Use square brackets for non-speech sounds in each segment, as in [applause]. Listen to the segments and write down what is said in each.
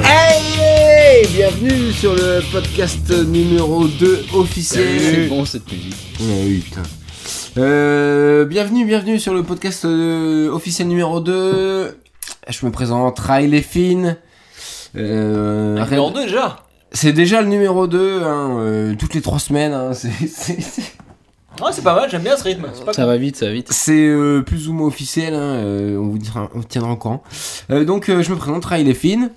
Hey Bienvenue sur le podcast numéro 2 officiel. Ah C'est bon cette musique. Eh oui, putain. Euh, bienvenue, bienvenue sur le podcast euh, officiel numéro 2. Je me présente, Riley Finn. Euh, Ray- Numéro 2 déjà C'est déjà le numéro 2, hein, euh, toutes les 3 semaines. hein, [laughs] c'est- c'est- c'est- Ah c'est pas mal, j'aime bien ce rythme. Ça va vite, ça va vite. C'est euh, plus ou moins officiel, hein, euh, on vous dira, on tiendra en courant. Euh, donc euh, je me présente, Riley Finn.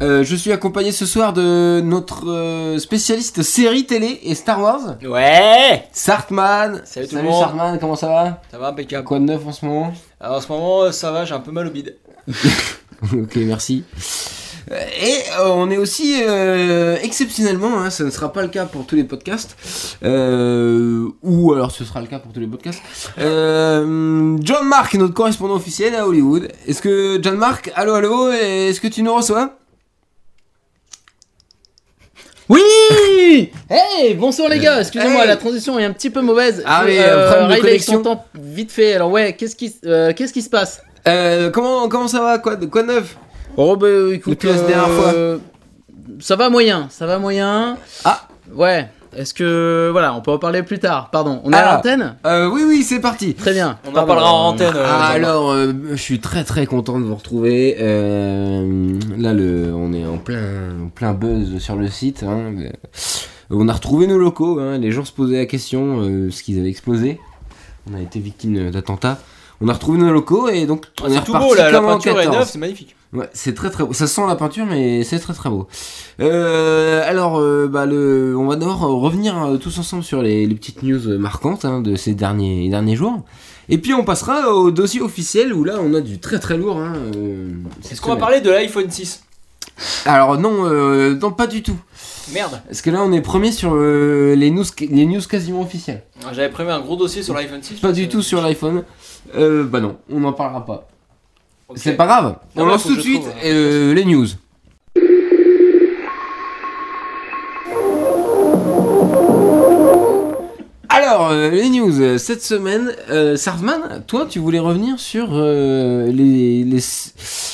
Euh, je suis accompagné ce soir de notre euh, spécialiste série télé et Star Wars, Ouais Sartman. Salut tout le monde. Sartman, comment ça va Ça va impeccable. Quoi de neuf en ce moment Alors, en ce moment, euh, ça va, j'ai un peu mal au bide. [laughs] Ok, merci. Euh, Et euh, on est aussi euh, exceptionnellement, hein, ça ne sera pas le cas pour tous les podcasts, euh, ou alors ce sera le cas pour tous les podcasts. euh, John Mark, notre correspondant officiel à Hollywood. Est-ce que John Mark, allô, allô, est-ce que tu nous reçois Oui Hey Bonsoir les gars, excusez-moi, Hey la transition est un petit peu mauvaise. Ah oui, euh, problème de Riley connexion. s'entend vite fait, alors ouais, qu'est-ce qui, euh, qu'est-ce qui se passe Euh, Comment comment ça va quoi de quoi de neuf Oh bah écoute, Depuis la dernière fois. ça va moyen, ça va moyen. Ah. Ouais, est-ce que... Voilà, on peut en parler plus tard, pardon. On est Ah. à l'antenne Euh, Oui oui c'est parti. Très bien. On en Pardon, parlera en euh, antenne. euh, Ah, Jean-Marc. alors, euh, je suis très très content de vous retrouver. Euh, là, le, on est en plein, en plein buzz sur le site. hein. Euh, On a retrouvé nos locaux. hein. Les gens se posaient la question euh, ce qu'ils avaient explosé. On a été victime d'attentats. On a retrouvé nos locaux et donc Ah, on est, c'est tout reparti beau là, la comme en peinture est 14. neuve, c'est magnifique. Ouais, c'est très très beau. Ça sent la peinture, mais c'est très très beau. Euh, alors, euh, bah, le, on va d'abord euh, revenir euh, tous ensemble sur les, les petites news euh, marquantes hein, de ces derniers, les derniers jours. Et puis on passera au dossier officiel où là on a du très très lourd. Hein, euh, cette Est-ce qu'on va semaine. parler de l'iPhone 6 Alors non, euh, non, pas du tout. Merde Parce que là on est premier sur euh, les, news, les news quasiment officielles. Alors, J'avais prévu un gros dossier sur l'iPhone 6. Pas du euh, tout sur l'iPhone. Euh, bah non, on n'en parlera pas. ok. C'est pas grave. Non, on mais lance faut que tout de je suite trouve, hein. euh, les news. Alors, euh, les news, euh, cette semaine, euh, Sarfman, toi, tu voulais revenir sur euh, les, les,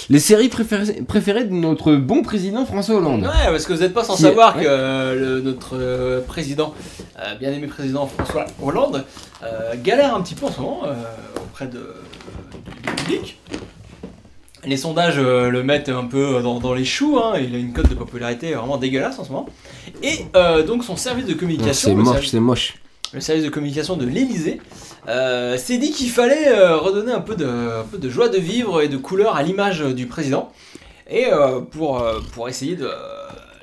les séries préférées, préférées de notre bon président François Hollande. Ouais, parce que vous n'êtes pas sans Qui est- savoir ouais. que euh, le- notre euh, président, euh, bien-aimé président François Hollande, euh, galère un petit peu en ce moment euh, auprès de, du public. Les sondages euh, le mettent un peu dans, dans les choux, hein, il a une cote de popularité vraiment dégueulasse en ce moment. Et euh, donc son service de Non, communication, C'est le moche, service- c'est moche. le service de communication de l'Elysée, s'est dit qu'il fallait euh, redonner un peu, de, un peu de joie de vivre et de couleur à l'image euh, du président, et euh, pour, euh, pour essayer de- euh,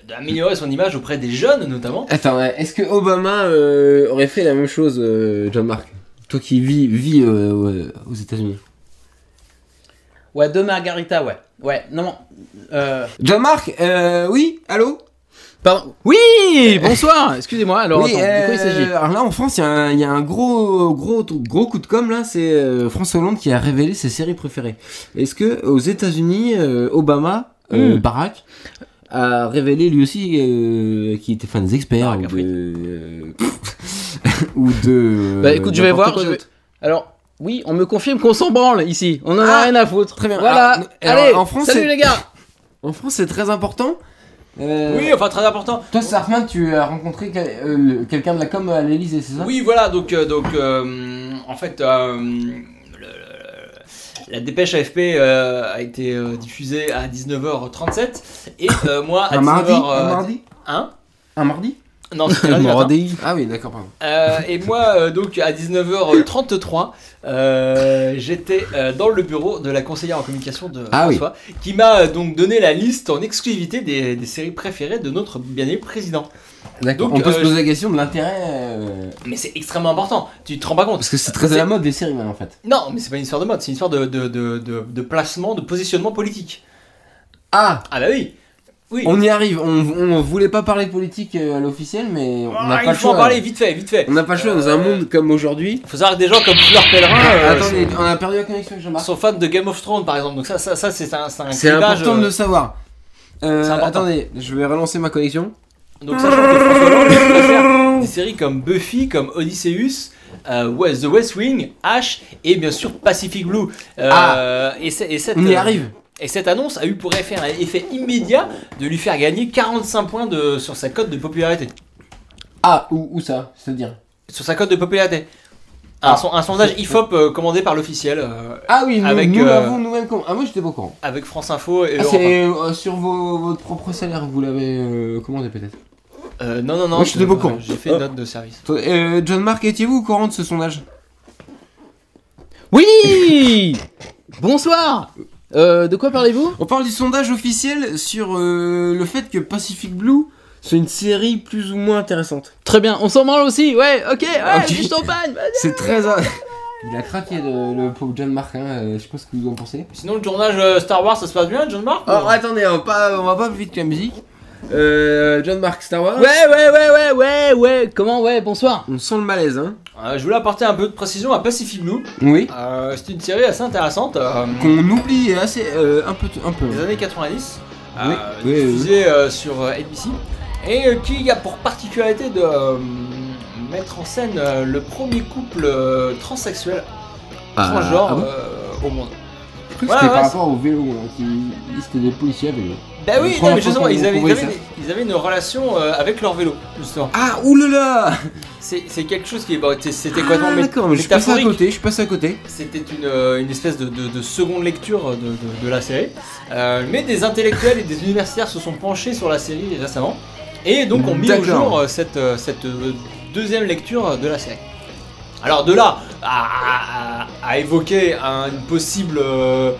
d'améliorer son image auprès des jeunes notamment. Attends, euh, est-ce que Obama euh, aurait fait la même chose, euh, John Mark Toi qui vis, vis euh, aux États-Unis. Ouais, deux margaritas, ouais. Ouais, non, non. Euh, John Mark, euh, oui, allô pardon. Oui [laughs] Bonsoir Excusez-moi, alors Oui, attends, de quoi il euh, s'agit alors là en France, il y, a un- il y a un gros, gros, gros coup de com là. C'est euh, François Hollande qui a révélé ses séries préférées. Est-ce que aux États-Unis, euh, Obama, euh, Hmm. Barack a révélé lui aussi euh, qu'il était fan des experts Barack ou de, euh, [laughs] ou de. Bah, écoute, je vais n'importe voir, quoi je vais- d'autre. Alors, oui, on me confirme qu'on s'en branle ici. On en a Ah, rien à foutre. très bien. Voilà. Alors, alors, Allez, en France, c'est- salut les gars. En France, c'est très important. Euh, Oui, enfin très important. Toi, Sarfman, tu as rencontré quel- euh, le- quelqu'un de la com à l'Elysée, c'est ça Oui, voilà, donc, euh, donc euh, en fait, euh, le- le- la dépêche AFP euh, a été euh, diffusée à 19h37, et euh, moi à Un mardi, 19h... un mardi, hein un mardi. [laughs] non, c'était lundi matin. Ah oui, d'accord, pardon. Euh, et moi, euh, donc à 19h33, euh, j'étais euh, dans le bureau de la conseillère en communication de Ah oui. François, qui m'a euh, donc donné la liste en exclusivité des, des séries préférées de notre bien-aimé président. D'accord. Donc, On peut euh, se poser la question de l'intérêt. euh, Mais c'est extrêmement important, tu te rends pas compte. Parce que c'est Bah, très à C'est- la mode les séries, maintenant, en fait. Non, mais c'est pas une histoire de mode, c'est une histoire de, de, de, de- de placement, de positionnement politique. Ah Ah bah oui Oui On y arrive. On, on voulait pas parler politique euh, à l'officiel, mais on n'a Ah, pas Il le faut en choix. parler vite fait, vite fait. On n'a pas le choix dans un Euh, monde comme aujourd'hui. Faut savoir que des gens comme Fleur Pellerin euh, Attendez, sont- on a perdu la connexion avec Jean-Marc. sont fans de Game of Thrones par exemple, donc ça, ça, ça c'est un, un C'est clivage, important euh, de le savoir. Euh, c'est important. attendez, je vais relancer ma connexion. Donc, sachant que François Hollande préfère des séries comme Buffy, comme Odysseus, euh, West- The West Wing, Ash et bien sûr Pacific Blue. Euh, et, c'est- et cette, Ah. On y euh, arrive. et cette annonce a eu pour effet un effet immédiat de lui faire gagner 45 points de, sur sa cote de popularité. Ah, où, où ça C'est-à-dire Sur sa cote de popularité. Un, Ah. son- un sondage IFOP euh, commandé par l'officiel euh, Ah oui, nous, Avec, nous euh, l'avons nous-mêmes. comm- Ah, moi j'étais pas au courant. avec France Info et Ah, Europe c'est euh, sur vos, votre propre salaire, vous l'avez euh, commandé peut-être. un. Euh, non, non, non. Moi, je suis de Oh. Beaucamp. J'ai fait une note de service. Toi, euh, John Mark, étiez-vous au courant de ce sondage Oui Bonsoir Euh, De quoi parlez-vous On parle du sondage officiel sur euh, le fait que Pacific Blue, c'est une série plus ou moins intéressante. Très bien, on s'en branle aussi, ouais, ok, ouais, Ok. du champagne vas-y. C'est très... in- [laughs] Il a craqué le, le pauvre John Mark, hein, euh, je sais pas ce que vous en pensez. Sinon, le tournage euh, Star Wars, ça se passe bien, John Mark Alors attendez, on va pas, on va pas plus vite que la musique. Euh, John Mark, Star Wars. Ouais, ouais, ouais, ouais, ouais, ouais, comment, ouais, bonsoir On sent le malaise, hein. Euh, Je voulais apporter un peu de précision à Pacific Blue. Oui. Euh, C'est une série assez intéressante. euh, Qu'on oublie assez, euh, un peu, un peu. des années 90, Oui, euh, Ah, oui, oui. diffusée euh, sur euh, NBC, et euh, qui a pour particularité de euh, mettre en scène euh, le premier couple euh, transsexuel, transgenre ah bon euh, au monde. Je crois que Ouais, c'était ouais, par rapport au vélo, hein, qui c'était des policiers à vélo. Bah La oui, non, première mais fois justement, qu'on- ils avaient, qu'on ils, voyait avaient, ils avaient une relation euh, avec leur vélo, justement. Ah oulala C'est c'est quelque chose qui bon, c'est- c'était complètement Ah, mé- D'accord, mais je suis passé à métaphorique. côté, je suis passé à côté. C'était une, euh, une espèce de, de- de seconde lecture de, de- de la série. Euh, mais des intellectuels et des universitaires se sont penchés sur la série récemment. Et donc ont mis au D'accord. jour euh, cette, euh, cette euh, deuxième lecture de la série. Alors de là à, à- à évoquer un- une possible euh,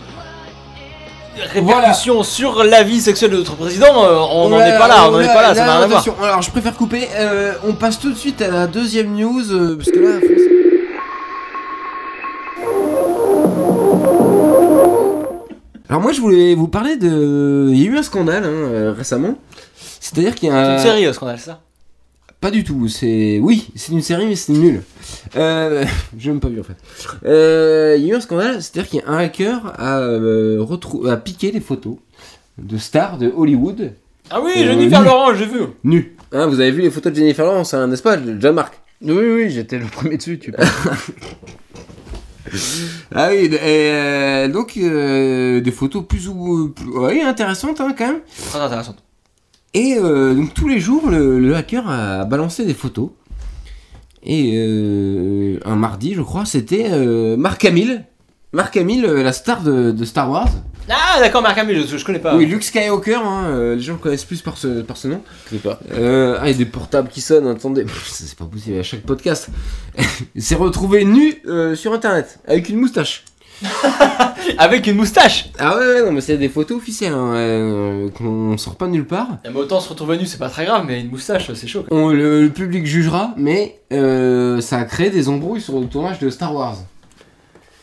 répercussion sur la vie sexuelle de notre président, euh, on Oh n'en est pas là, on n'en est pas là, ça n'a rien à voir. attention, Alors je préfère couper, euh, on passe tout de suite à la deuxième news, euh, parce que là... faut- Alors moi je voulais vous parler de... Il y a eu un scandale hein, euh, récemment. C'est-à-dire qu'il y a C'est un... une série euh, ce qu'on a ça. Pas du tout, c'est. Oui, c'est une série, mais c'est nul. Euh... [laughs] J'ai même pas vu en fait. Euh, Il y a eu un scandale, c'est-à-dire qu'il y a un hacker a, euh, retrou- a piqué les photos de stars de Hollywood Ah oui, Euh, Jennifer oui. Laurent, j'ai vu. nues. Hein, vous avez vu les photos de Jennifer Lawrence, hein, n'est-ce pas, John Mark Oui, oui, j'étais le premier dessus, tu peux. [laughs] Ah oui, et euh, donc euh, des photos plus ou plus, ouais, intéressantes hein, quand même. Très intéressante. Et euh, donc tous les jours, le, le hacker a balancé des photos. Et euh, un mardi, je crois, c'était euh, Mark Hamill. Mark Hamill, euh, la star de, de Star Wars. Ah d'accord, Marc Hamill, je, je connais pas. Oui, Luke Skywalker, hein, euh, les gens le connaissent plus par ce, par ce nom. Euh, ah, il y a des portables qui sonnent, attendez. Pff, ça, C'est pas possible, à chaque podcast. [laughs] Il s'est retrouvé nu euh, sur Internet, avec une moustache. Avec une moustache. Ah ouais, ouais, non, mais c'est des photos officielles, hein, euh, qu'on sort pas de nulle part. Ah, mais autant se retrouver nu, c'est pas très grave, mais une moustache, c'est chaud. quoi. On- le, le public jugera, mais euh, ça a créé des embrouilles sur le tournage de Star Wars.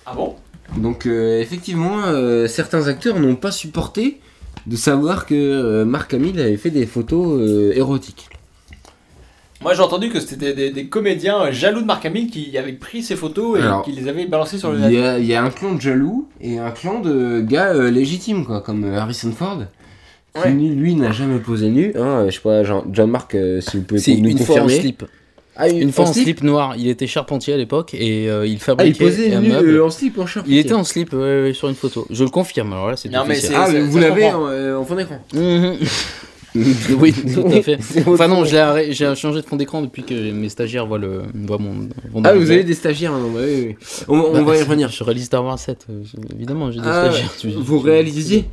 Ah bon Donc euh, effectivement, euh, certains acteurs n'ont pas supporté de savoir que euh, Mark Hamill avait fait des photos euh, érotiques. Moi j'ai entendu que c'était des, des comédiens euh, jaloux de Marc Hamill qui avaient pris ses photos et Alors, qui les avaient balancées sur le Il net. y, a, il y a un clan de jaloux et un clan de gars euh, légitimes, quoi, comme euh, Harrison Ford. qui, Ouais. lui, lui, n'a jamais posé nu. Hein, euh, je sais pas, Jean- John Mark, euh, si vous pouvez si, nous une fois en confirmer. slip. Ah, Une fois en slip. slip noir, il était charpentier à l'époque et euh, il Ah, fabriquait il posait un nu meuble. euh, en slip, en short. Il était en slip ouais, ouais, sur une photo, je le confirme, alors là c'est Non, mais officiel. Ah, C'est- c'est- vous ça se l'avez comprend. en, euh, en fond [laughs] d'écran. Mhm. [laughs] [laughs] oui, tout à fait. Enfin non, je l'ai arrêt- j'ai changé de fond d'écran depuis que mes stagiaires voient, le, voient mon... voient Ah, mon- vous avez des stagiaires maintenant, bah oui, oui. On, on Bah, va y revenir. Je réalise Star Wars 7, euh, je- évidemment, j'ai des Ah, stagiaires. tu- vous tu- réalisiez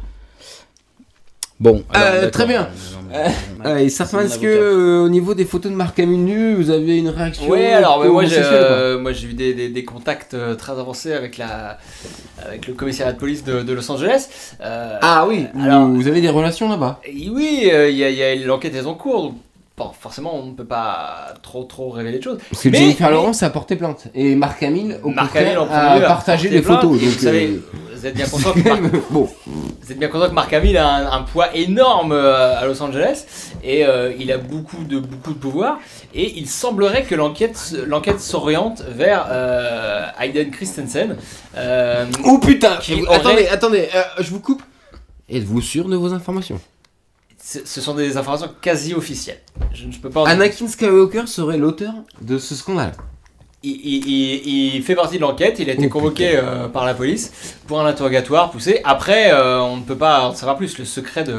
Bon, Euh, d'accord, très bien. euh, non, mais- Ah, Et certains, C'est est-ce mon que avocat. euh, au niveau des photos de Marc Hamill nu, vous avez une réaction Ouais, alors mais plutôt moi j'ai homosexuelle, quoi euh, moi, j'ai eu des, des- des contacts euh, très avancés avec la avec le commissariat de police de, de Los Angeles. Euh, Ah oui, alors- vous avez des relations là-bas et oui, euh, il y a- il y a l'enquête est en cours, donc bon, forcément on ne peut pas trop trop révéler de choses. Parce que Mais- Jennifer mais- Lawrence a porté plainte. Et Marc Hamill, au Marc Hamill, contraire, en a premier, a partagé porté les plainte, photos. et Donc, vous savez, euh, vous êtes bien [laughs] conscient que Marc- bon, Vous êtes bien content que Marc Hamill a un, un poids énorme euh, à Los Angeles et euh, il a beaucoup de, beaucoup de pouvoir. Et il semblerait que l'enquête se- l'enquête s'oriente vers euh, Hayden Christensen. Euh, Oh putain Qui Vous- aurait- Attendez, attendez, euh, je vous coupe. Êtes-vous sûr de vos informations c'est- ce sont des informations quasi officielles. Je ne peux pas. en- Anakin Skywalker serait l'auteur de ce scandale. Il, il- il- il fait partie de l'enquête. Il a été Oh, convoqué euh, par la police pour un interrogatoire poussé. Après, euh, on ne peut pas en savoir plus. Le secret de,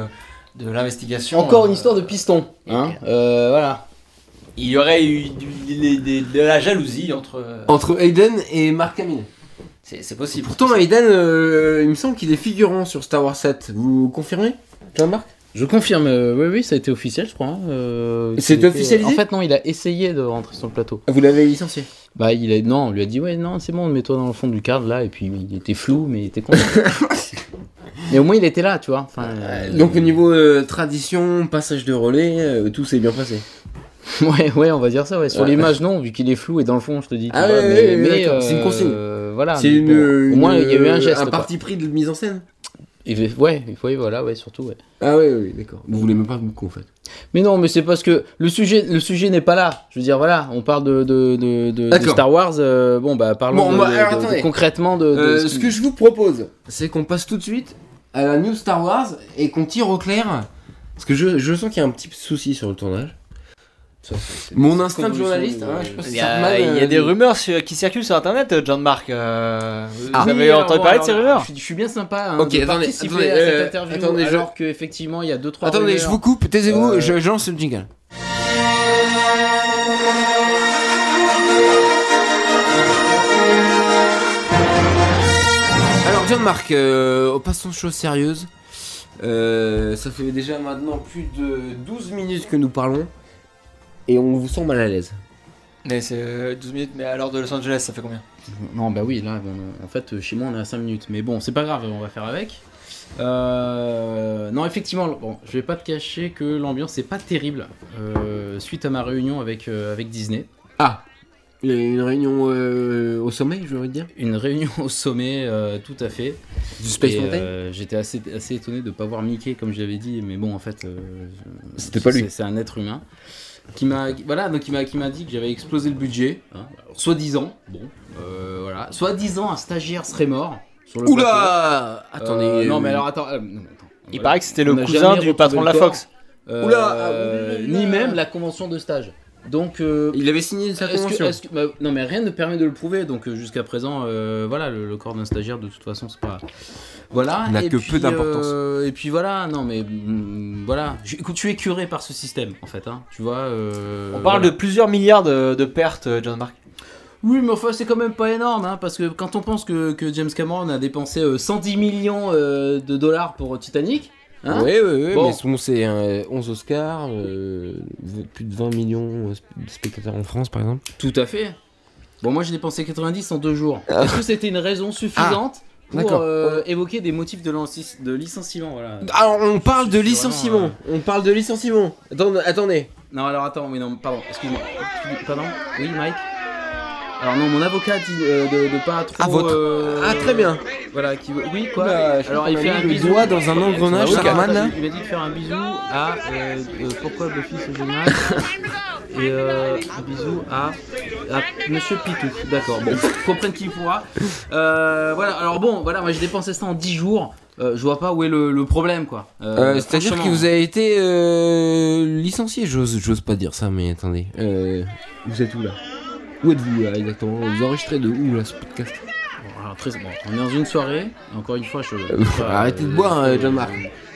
de l'investigation. Encore euh, une histoire de piston. Hein Euh, voilà. Il y aurait eu du- des- des- de la jalousie entre. euh, Entre Hayden et Mark Hamill. C'est c'est possible. Pourtant, Hayden, euh, il me semble qu'il est figurant sur Star Wars 7. Vous confirmez, Jean-Marc Je confirme, euh, oui, oui, ça a été officiel, je crois. hein, euh, C'est qu'il était- officialisé En fait, non, il a essayé de rentrer sur le plateau. Ah, Vous l'avez licencié. Bah, il a... non, on lui a dit, ouais, non, c'est bon, mets-toi dans le fond du cadre, là. Et puis, il était flou, mais il était [laughs] content. mais au moins, il était là, tu vois. Enfin, euh, Donc, au niveau euh, tradition, passage de relais, euh, tout s'est bien passé. [laughs] Ouais, ouais, on va dire ça, ouais. Sur Ouais. l'image, non, vu qu'il est flou et dans le fond, je te dis. tu Ah vois, ouais, mais, ouais, ouais, mais, d'accord, c'est une euh, consigne. voilà. C'est mais une, euh, bon, Au moins, il y a eu un une- geste. Un quoi. parti pris de mise en scène Et- ouais, ouais, voilà, ouais, surtout, ouais. Ah, ouais, ouais, ouais, d'accord. Vous voulez même pas beaucoup en fait. Mais non, mais c'est parce que le sujet, le sujet n'est pas là. Je veux dire, voilà, on parle de, de, de, de- de D'accord. Star Wars. euh, bon, bah parlons Bon, de- bah, de- alors, de- de- attendez. concrètement de. de Euh, ce ce qui- que je vous propose, c'est qu'on passe tout de suite à la New Star Wars et qu'on tire au clair. Parce que je, je sens qu'il y a un petit souci sur le tournage. Mon instinct de journaliste, hein, je sais pas si Il y a, Sartman, il y a euh, des rumeurs sur- qui circulent sur internet, euh, John Mark. euh, Ah. Vous Oui, avez alors, entendu parler de alors, ces rumeurs je, suis- je suis bien sympa. hein, Ok, de attendez, participer attendez, à cette euh, interview. attendez, je- alors qu'effectivement, il y a deux trois. Attendez, je rumeurs. vous coupe, taisez-vous, Euh, je je lance le jingle. Alors, Jean-Marc, euh, passons aux choses sérieuses. Euh, ça fait déjà maintenant plus de 12 minutes que nous parlons et on vous sent mal à l'aise. Mais c'est euh, 12 minutes, mais alors de Los Angeles, ça fait combien Non, bah oui, là, on- en fait, euh, chez moi, on est à 5 minutes. Mais bon, c'est pas grave, on va faire avec. Euh, non, effectivement, bon, je vais pas te cacher que l'ambiance est pas terrible euh, suite à ma réunion avec, euh, avec Disney. Ah Il y a une réunion euh, au sommet, je veux dire Une réunion au sommet, euh, tout à fait. Du Space Et, Mountain euh, J'étais assez, assez étonné de ne pas voir Mickey, comme je l'avais dit, mais bon, en fait, euh, C'était pas c'est- lui. C'est un être humain qui m'a, voilà, donc il m'a, qui m'a dit que j'avais explosé le budget, hein, alors, soi-disant. Bon, euh, voilà, soi-disant, un stagiaire serait mort sur le plateau. Oula Attendez. Euh, non, euh, mais alors attends. euh, non, mais attends. Il Voilà. paraît que c'était On le n'a cousin jamais du retrouvé patron de la le corps. Fox. Euh, Oula, ah, oula, ni oula. même la convention de stage. Donc, euh, Il avait signé sa est-ce que- convention. est-ce que- bah, non mais rien ne permet de le prouver donc euh, jusqu'à présent euh, voilà le, le corps d'un stagiaire de toute façon c'est pas voilà N'a et que puis, peu d'importance. euh, et puis voilà non mais mm, voilà Je- écoute tu es curé par ce système en fait hein, tu vois euh, On parle voilà. de plusieurs milliards de, de pertes, euh, John Mark. oui mais enfin c'est quand même pas énorme hein, parce que quand on pense que, que James Cameron a dépensé euh, 110 millions euh, de dollars pour Titanic hein, ouais, ouais, ouais, Bon. mais bon, c'est euh, 11 Oscars, euh, plus de 20 millions euh, sp- de spectateurs en France par exemple. Tout à fait. Bon, moi j'ai dépensé 90 en deux jours. Est-ce que c'était une raison suffisante pour Ah. d'accord. euh, évoquer des motifs de, lanci- de licenciement voilà. Alors Ah, on parle de vraiment, licenciement, on parle de licenciement. Attendez, attendez. Non, alors attends, mais non, pardon, excuse-moi. Tu- Pardon Oui, Mike Alors non, mon avocat a dit euh, de, de pas trop. Ah, votre- euh, Ah très bien. Voilà, qui veut- Oui, quoi Oula, Bah, je Alors crois il qu'on fait a un mis le bisou. doigt dans un engrenage, Son avocat, Sarman, là. Il m'a dit de faire un bisou à. euh, euh, pourquoi Buffy c'est génial Et euh, un bisou à, à Monsieur Pitou. D'accord, bon, [laughs] comprenne qui pourra. Euh, voilà, alors bon, voilà, moi j'ai dépensé ça en 10 jours. Euh, je vois pas où est le, le problème, quoi. Euh, Euh, C'est-à-dire franchement. que vous avez été euh, licencié, j'ose j'ose pas dire ça, mais attendez. Euh, vous êtes où là Où êtes-vous là exactement Vous enregistrez de où là ce podcast Bon, alors, très- bon, on est dans une soirée, et encore une fois, je. Euh, arrêtez de boire, hein, Jean-Marc.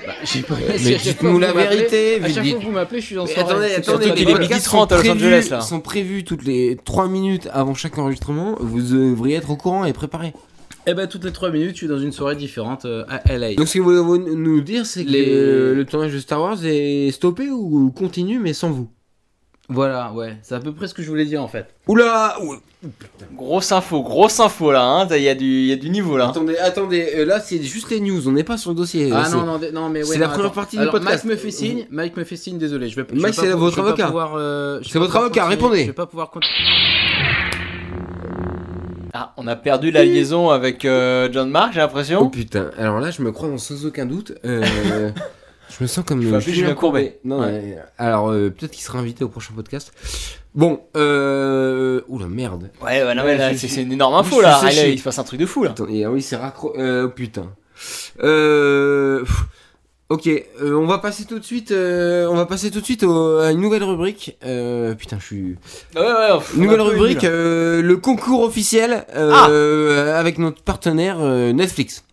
Bah, j'ai pas. [laughs] Mais à chaque fois dites-nous que la vous m'appelez- vérité, À vite, chaque fois dites. que vous m'attendez, je suis dans Mais soirée. attendez, C'est attendez, surtout les qu'il est podcasts. podcasts 12h30 sont à Los prévus- Angeles, là. sont prévus toutes les 3 minutes avant chaque enregistrement. Vous devriez être au courant et préparé. Eh ben, toutes les 3 minutes, je suis dans une soirée différente euh, à LA. Donc ce que vous voulez nous dire, c'est que Les- le, le tournage de Star Wars est stoppé ou continue, mais sans vous. Voilà, ouais, c'est à peu près ce que je voulais dire en fait. Oula Ouh. Grosse info, grosse info là, hein. il y, a du- il y a du niveau là. Attendez, attendez, euh, là c'est juste les news, on n'est pas sur le dossier. Ah c'est- non, non, dé- non, mais ouais. c'est la non, première attends. partie du Alors, podcast. Mike me fait signe, Mike me fait signe, désolé, je vais je vais Mike, pas. c'est pou- votre je vais pas avocat. pouvoir, euh, je vais C'est pas votre pouvoir avocat, continuer, répondez. Je vais pas pouvoir continuer. Ah, on a perdu la liaison avec euh, John Mark, j'ai Oh l'impression. putain, alors là je me crois dans sans aucun doute. [laughs] euh, je me sens comme. faut euh, appeler Julien Courbet. Non, euh, alors euh, peut-être qu'il sera invité au prochain podcast. Bon, euh. Oula merde. Ouais, ouais, non, mais Ouais, là, je c'est suis- c'est une énorme je info suis là. séché. Allez, Il se passe un truc de fou là. Attendez, ah oui, c'est raccro. oh, Euh, putain. Euh. pff, Ok, euh, on va passer tout de suite, euh, on va passer tout de suite au- à une nouvelle rubrique. Euh, putain, je suis. Ouais, ouais, pff, on Nouvelle a un peu rubrique, eu, là. euh, le concours officiel euh, Ah euh, avec notre partenaire euh, Netflix. [laughs]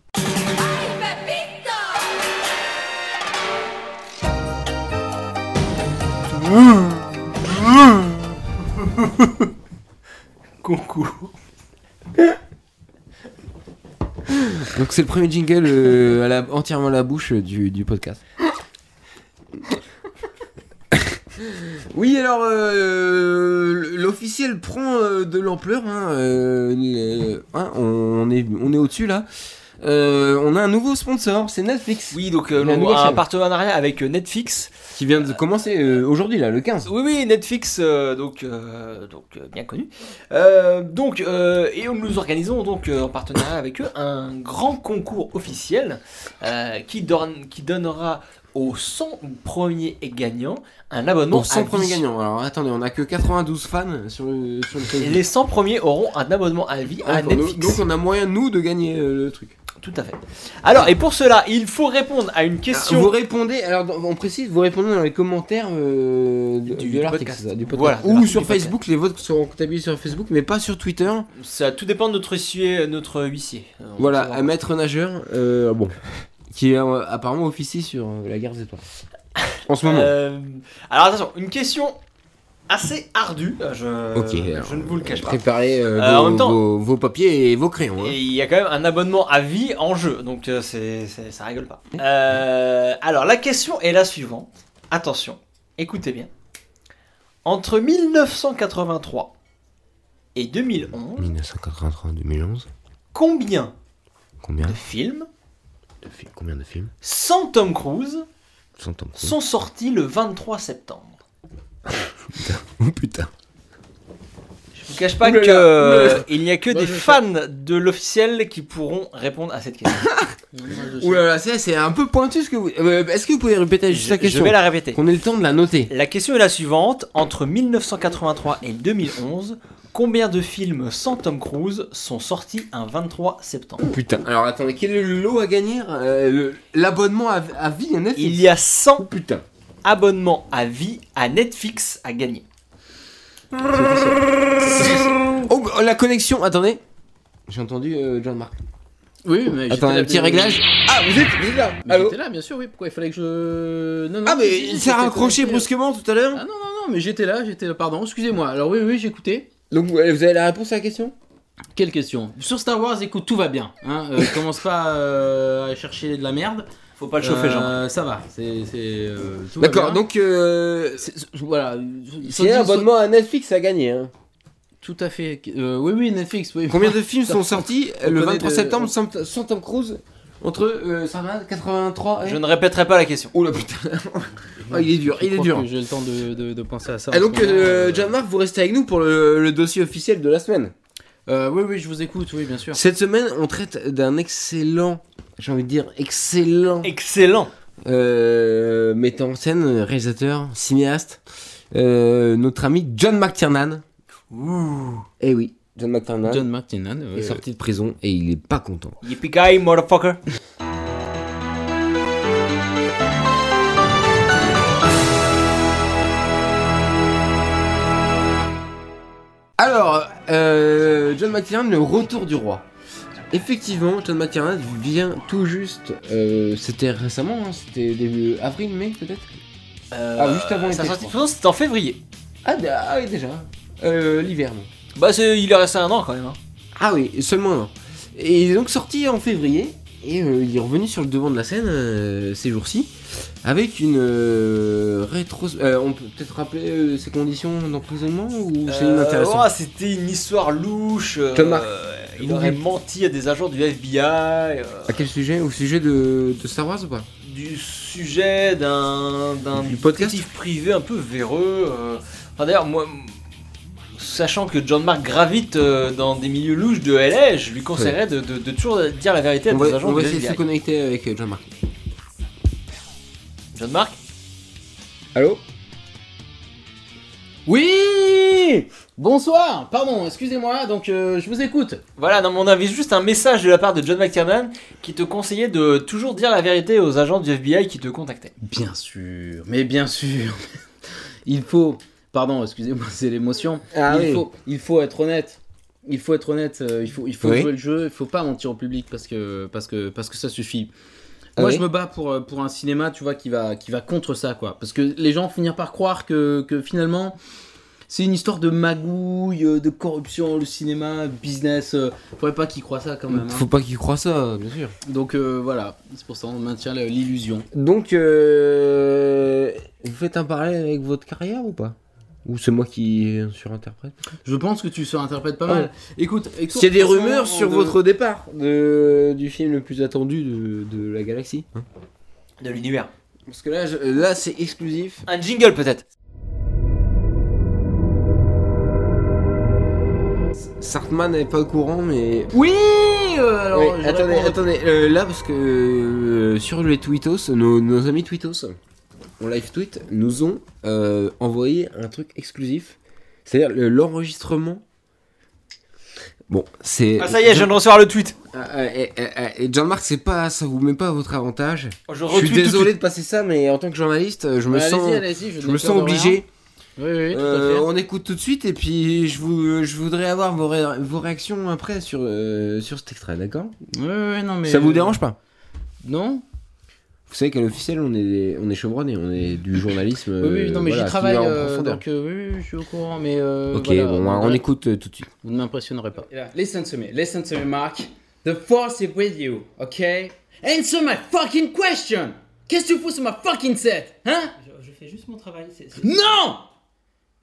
Concours. Donc c'est le premier jingle euh, à la, entièrement à la bouche euh, du, du podcast. Oui, alors euh, l'officiel prend euh, de l'ampleur. hein, euh, les- hein, on est, on est au-dessus là. Euh, on a un nouveau sponsor, c'est Netflix. Oui, donc euh, La on nouvelle a un chaîne. partenariat avec euh, Netflix. Qui vient de commencer euh, aujourd'hui là, le 15. Oui, oui, Netflix, euh, donc, euh, donc euh, bien connu. Euh, donc, euh, et nous organisons donc euh, en partenariat avec eux un grand concours officiel euh, qui, donne, qui donnera aux 100 premiers gagnants un abonnement Bon, 100 à premiers vie. gagnants. Alors attendez, on a que 92 fans sur le sur le Et Facebook. les 100 premiers auront un abonnement à vie à Ah, pour nous- donc Netflix. on a moyen nous de gagner euh, le truc. Tout à fait. Alors, et pour cela, il faut répondre à une question. Ah, Vous répondez, alors dans- on précise, vous répondez dans les commentaires euh, de- Du- de du l'article, podcast. c'est ça, du podcast. Voilà, de Ou l'article sur du podcast. Facebook, les votes seront comptabilisés sur Facebook, mais pas sur Twitter. Ça tout dépend de notre huissier. Notre huissier. Euh, on voilà, saura. à maître nageur, euh, bon, qui est euh, apparemment officier sur euh, la guerre des étoiles. En ce moment. Euh, alors attention, une question assez ardue. euh, Je, Ok, alors, je ne vous le cache pas. Préparez euh, Euh, en vos, même temps- vos- vos papiers et vos crayons. hein. Et il y a quand même un abonnement à vie en jeu, donc euh, c'est, c'est- ça rigole pas. Euh, alors la question est la suivante. Attention, écoutez bien. Entre 1983 et 2011, 1983, 2011, combien combien de films de, films combien de films sans Tom Cruise Sans Tom Cruise. sont sortis le 23 septembre Oh, putain. Je vous cache pas Ouh là que là, euh, ouh là là. il n'y a que Moi, des je sais. fans de l'officiel qui pourront répondre à cette question. Ouh là là, c'est c'est un peu pointu ce que vous. euh, Est-ce que vous pouvez répéter juste je, la je question vais la répéter. Qu'on ait le temps de la noter. La question est la suivante entre 1983 et 2011, combien de films sans Tom Cruise sont sortis un 23 septembre Putain. Alors attendez, quel est le lot à gagner Euh, le- L'abonnement à, à vie à Netflix Il y a 100 Oh, Putain. abonnements à vie à Netflix à gagner. Oh, bah, la connexion, attendez. J'ai entendu euh, John Mark. Oui, mais. Attends, un petit réglage. Ah, vous êtes, vous êtes là Allô J'étais là, bien sûr, oui. Pourquoi il fallait que je. Non, non, Ah, mais euh. si, si, il s'est j'étais raccroché connecté. brusquement tout à l'heure Ah non, non, non, mais j'étais là, j'étais là, pardon, excusez-moi. Alors oui, oui, j'écoutais. Donc vous vous avez la réponse à la question Quelle question Sur Star Wars, écoute, tout va bien. Hein, euh, [laughs] commence pas euh, à chercher de la merde. Faut pas le chauffer, Jean. Euh, Ça va, c'est. c'est, euh, tout va D'accord, bien. donc euh, C'est- c'est- voilà. s'il y a un abonnement à Netflix à gagner. hein. Tout à fait. euh, oui, oui, Netflix. Oui. [laughs] Combien [laughs] de films sont sortis euh, on le connaît 23 de- septembre sans, sans Tom Cruise entre euh, 83 et... Je ne répéterai pas la question. Oh la putain Ah, il est dur, Je il est crois dur. que J'ai le temps de, de- de penser à ça. Ah en donc, ce moment, euh, euh, John Mark, vous restez avec nous pour le, le dossier officiel de la semaine. euh, oui, oui, je vous écoute, oui, bien sûr. Cette semaine, on traite d'un excellent, j'ai envie de dire excellent, Excellent. euh, metteur en scène, réalisateur, cinéaste, euh, notre ami John McTiernan. Ouh. Eh oui, John McTiernan John euh, Martinan. est sorti de prison et il est pas content. Yippee motherfucker. Alors, euh, John McTiernan, le retour du roi. Effectivement, John McTiernan vient tout juste, euh, c'était récemment, hein, c'était début avril, mai peut-être Euh, Ah, juste avant sa l'été, sortie je de prison, c'était en février. Ah, d- ah oui, déjà. Euh, L'hiver, non. Bah, c'est- il est resté un an quand même. hein. Ah oui, seulement un an. Et il est donc sorti en février. Et euh, il est revenu sur le devant de la scène euh, ces jours-ci. Avec une euh, rétro. euh, on peut peut-être rappeler euh, ses conditions d'emprisonnement ou c'est Euh, inintéressant ouais, c'était une histoire louche. euh, Thomas. il aurait Oui. menti à des agents du FBI euh, À quel sujet Au sujet de, de Star Wars ou pas du sujet d'un d'un Du podcast détective privé un peu véreux. euh. Enfin, d'ailleurs, moi, m- sachant que John Mark gravite euh, dans des milieux louches de LA, je lui conseillerais de, de- de toujours dire la vérité à On des va, agents on va du essayer de se FBI. connecter avec euh, Jean-Marc. John Mark Allô Oui Bonsoir, pardon, excusez-moi, donc euh, je vous écoute. Voilà, non, mais on avait juste un message de la part de John McTiernan qui te conseillait de toujours dire la vérité aux agents du FBI qui te contactaient. Bien sûr, mais bien sûr. Il faut, pardon, excusez-moi, c'est l'émotion. Ah il, oui. faut, il faut être honnête. Il faut être honnête, euh, il faut, il faut Oui. jouer le jeu, il faut pas mentir au public parce que, parce que, parce que ça suffit. Ah Moi, oui. je me bats pour, euh, pour un cinéma, tu vois, qui va, qui va contre ça, quoi. Parce que les gens finiront par croire que, que finalement, c'est une histoire de magouille, euh, de corruption, le cinéma, business. euh, faudrait pas qu'ils croient ça, quand même. hein. Faut pas qu'ils croient ça, bien sûr. Donc euh, voilà, c'est pour ça on maintient la- l'illusion. Donc, euh, vous faites un parallèle avec votre carrière ou pas Ou c'est moi qui surinterprète Je pense que tu surinterprètes pas Ah mal. Écoute, écoute S'il y a des en ce rumeurs moment, sur de- votre départ de, du film le plus attendu de, de la galaxie. De l'univers. Parce que là, je- là c'est exclusif. Un jingle peut-être. Sartman n'est pas au courant, mais. Oui euh, alors, Oui, je attendez, réponds- attendez, euh, là parce que euh, sur les Twittos, nos, nos amis Twittos, en live tweet, nous ont euh, envoyé un truc exclusif, c'est-à-dire le- l'enregistrement. Bon, c'est. Ah, ça y est, je viens de recevoir le tweet. Ah, ah, eh, eh, eh, et Jean-Marc, c'est pas, ça vous met pas à votre avantage. Je Je suis retweet tout de désolé suite. de passer ça, mais en tant que journaliste, euh, je me Bah, Allez-y, sens, allez-y, je n'ai me peur sens de rien. obligé. Oui, oui, tout Euh, à fait. on écoute tout de suite et puis je vous, je voudrais avoir vos, ré- vos réactions après sur, euh, sur cet extrait, d'accord Oui, oui, oui, non, mais... Ça vous dérange pas Non Vous savez qu'à l'officiel, on est, des- on est chevronnés, on est du journalisme. Oui, oui, non, mais euh, voilà, j'y qui travaille, va en euh, profondeur. donc euh, oui, oui, oui, je suis au courant, mais... euh, Ok, voilà, bon, voilà. on écoute euh, tout de suite. Vous ne m'impressionnerez pas. Listen to me, listen to me, Mark. The force is with you, ok Answer my fucking question Qu'est-ce que tu fous sur ma fucking set, hein Je, je fais juste mon travail. c'est- c'est- Non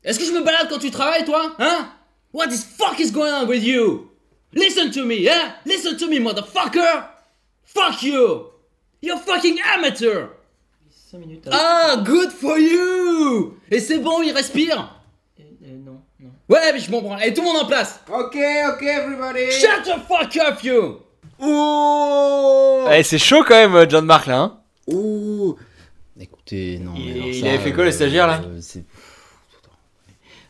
Est-ce que je me balade quand tu travailles, toi Hein What the fuck is going on with you Listen to me, hein Listen to me, motherfucker Fuck you You're fucking amateur Cinq minutes. alors. Ah, good for you Et c'est bon, il respire Euh, euh, non, non. Ouais, mais je m'en branle. Et tout le monde en place Ok, ok, everybody Shut the fuck up, you Oh Eh, c'est chaud quand même, John Mark là. Hein Oh Écoutez, non, Il- mais alors il ça, avait fait quoi, le euh, stagiaire, là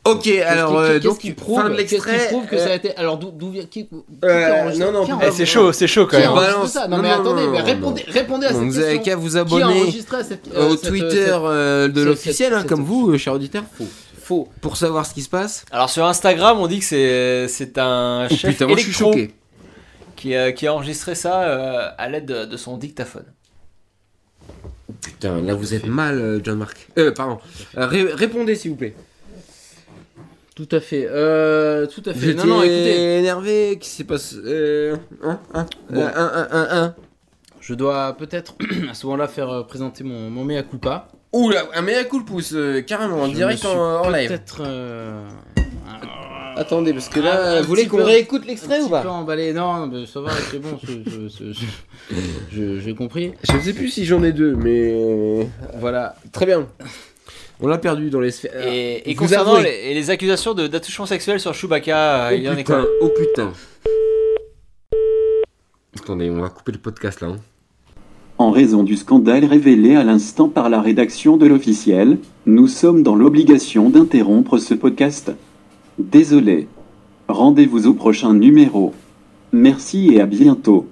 Ok, alors, euh, donc, fin de l'extrait. euh, a été... Alors, d'où- d'où vient... qui- qui Euh, a enregistré- non, non, qui a Eh, Eh, enregistré c'est chaud, c'est chaud quand Qui même. a hein. Tiens. enregistré balance. ça non, Non, mais non, attendez, non, mais non, répondez, répondez à cette bon, vous avez question. qu'à vous Qui a abonner enregistré à cette, euh, au cette- Twitter euh, de cette- l'officiel, hein, cette- comme vous, euh, cher auditeur, cette- Faux. pour savoir ce qui se passe. Alors sur Instagram, on dit que c'est c'est un Oh chef putain, moi je suis électro choqué. qui, euh, qui a enregistré ça euh, à l'aide de, de son dictaphone. Putain, là vous êtes mal, euh, John Mark. Euh, pardon. Euh, ré- répondez s'il vous plaît. Tout à fait. Euh, tout à fait. J'étais Non, non, écoutez. énervé, qui s'est passé. Euh, hein, hein, Bon. euh, un, un, un, un. Je dois peut-être [clears throat] à ce moment-là faire euh, présenter mon, mon mea culpa. Oula, un mea coup pouce, euh, carrément, en Je direct me suis en, en live. Peut-être. euh, un- Attendez, parce que Ah, là, un vous voulez petit qu'on peu- réécoute un l'extrait petit ou pas peu emballé. Non, mais ça va, c'est bon. c'est- c'est- c'est- c'est- je- J'ai compris. Je sais plus si j'en ai deux, mais. euh, Voilà, très bien. On l'a perdu dans les Euh, sphères. Et, et vous concernant avouez. les, et les accusations de- d'attouchement sexuel sur Chewbacca, euh, il y en oh, est putain, quoi oh putain. Attendez, on va couper le podcast là. hein. En raison du scandale révélé à l'instant par la rédaction de l'officiel, nous sommes dans l'obligation d'interrompre ce podcast. Désolé. Rendez-vous au prochain numéro. Merci et à bientôt.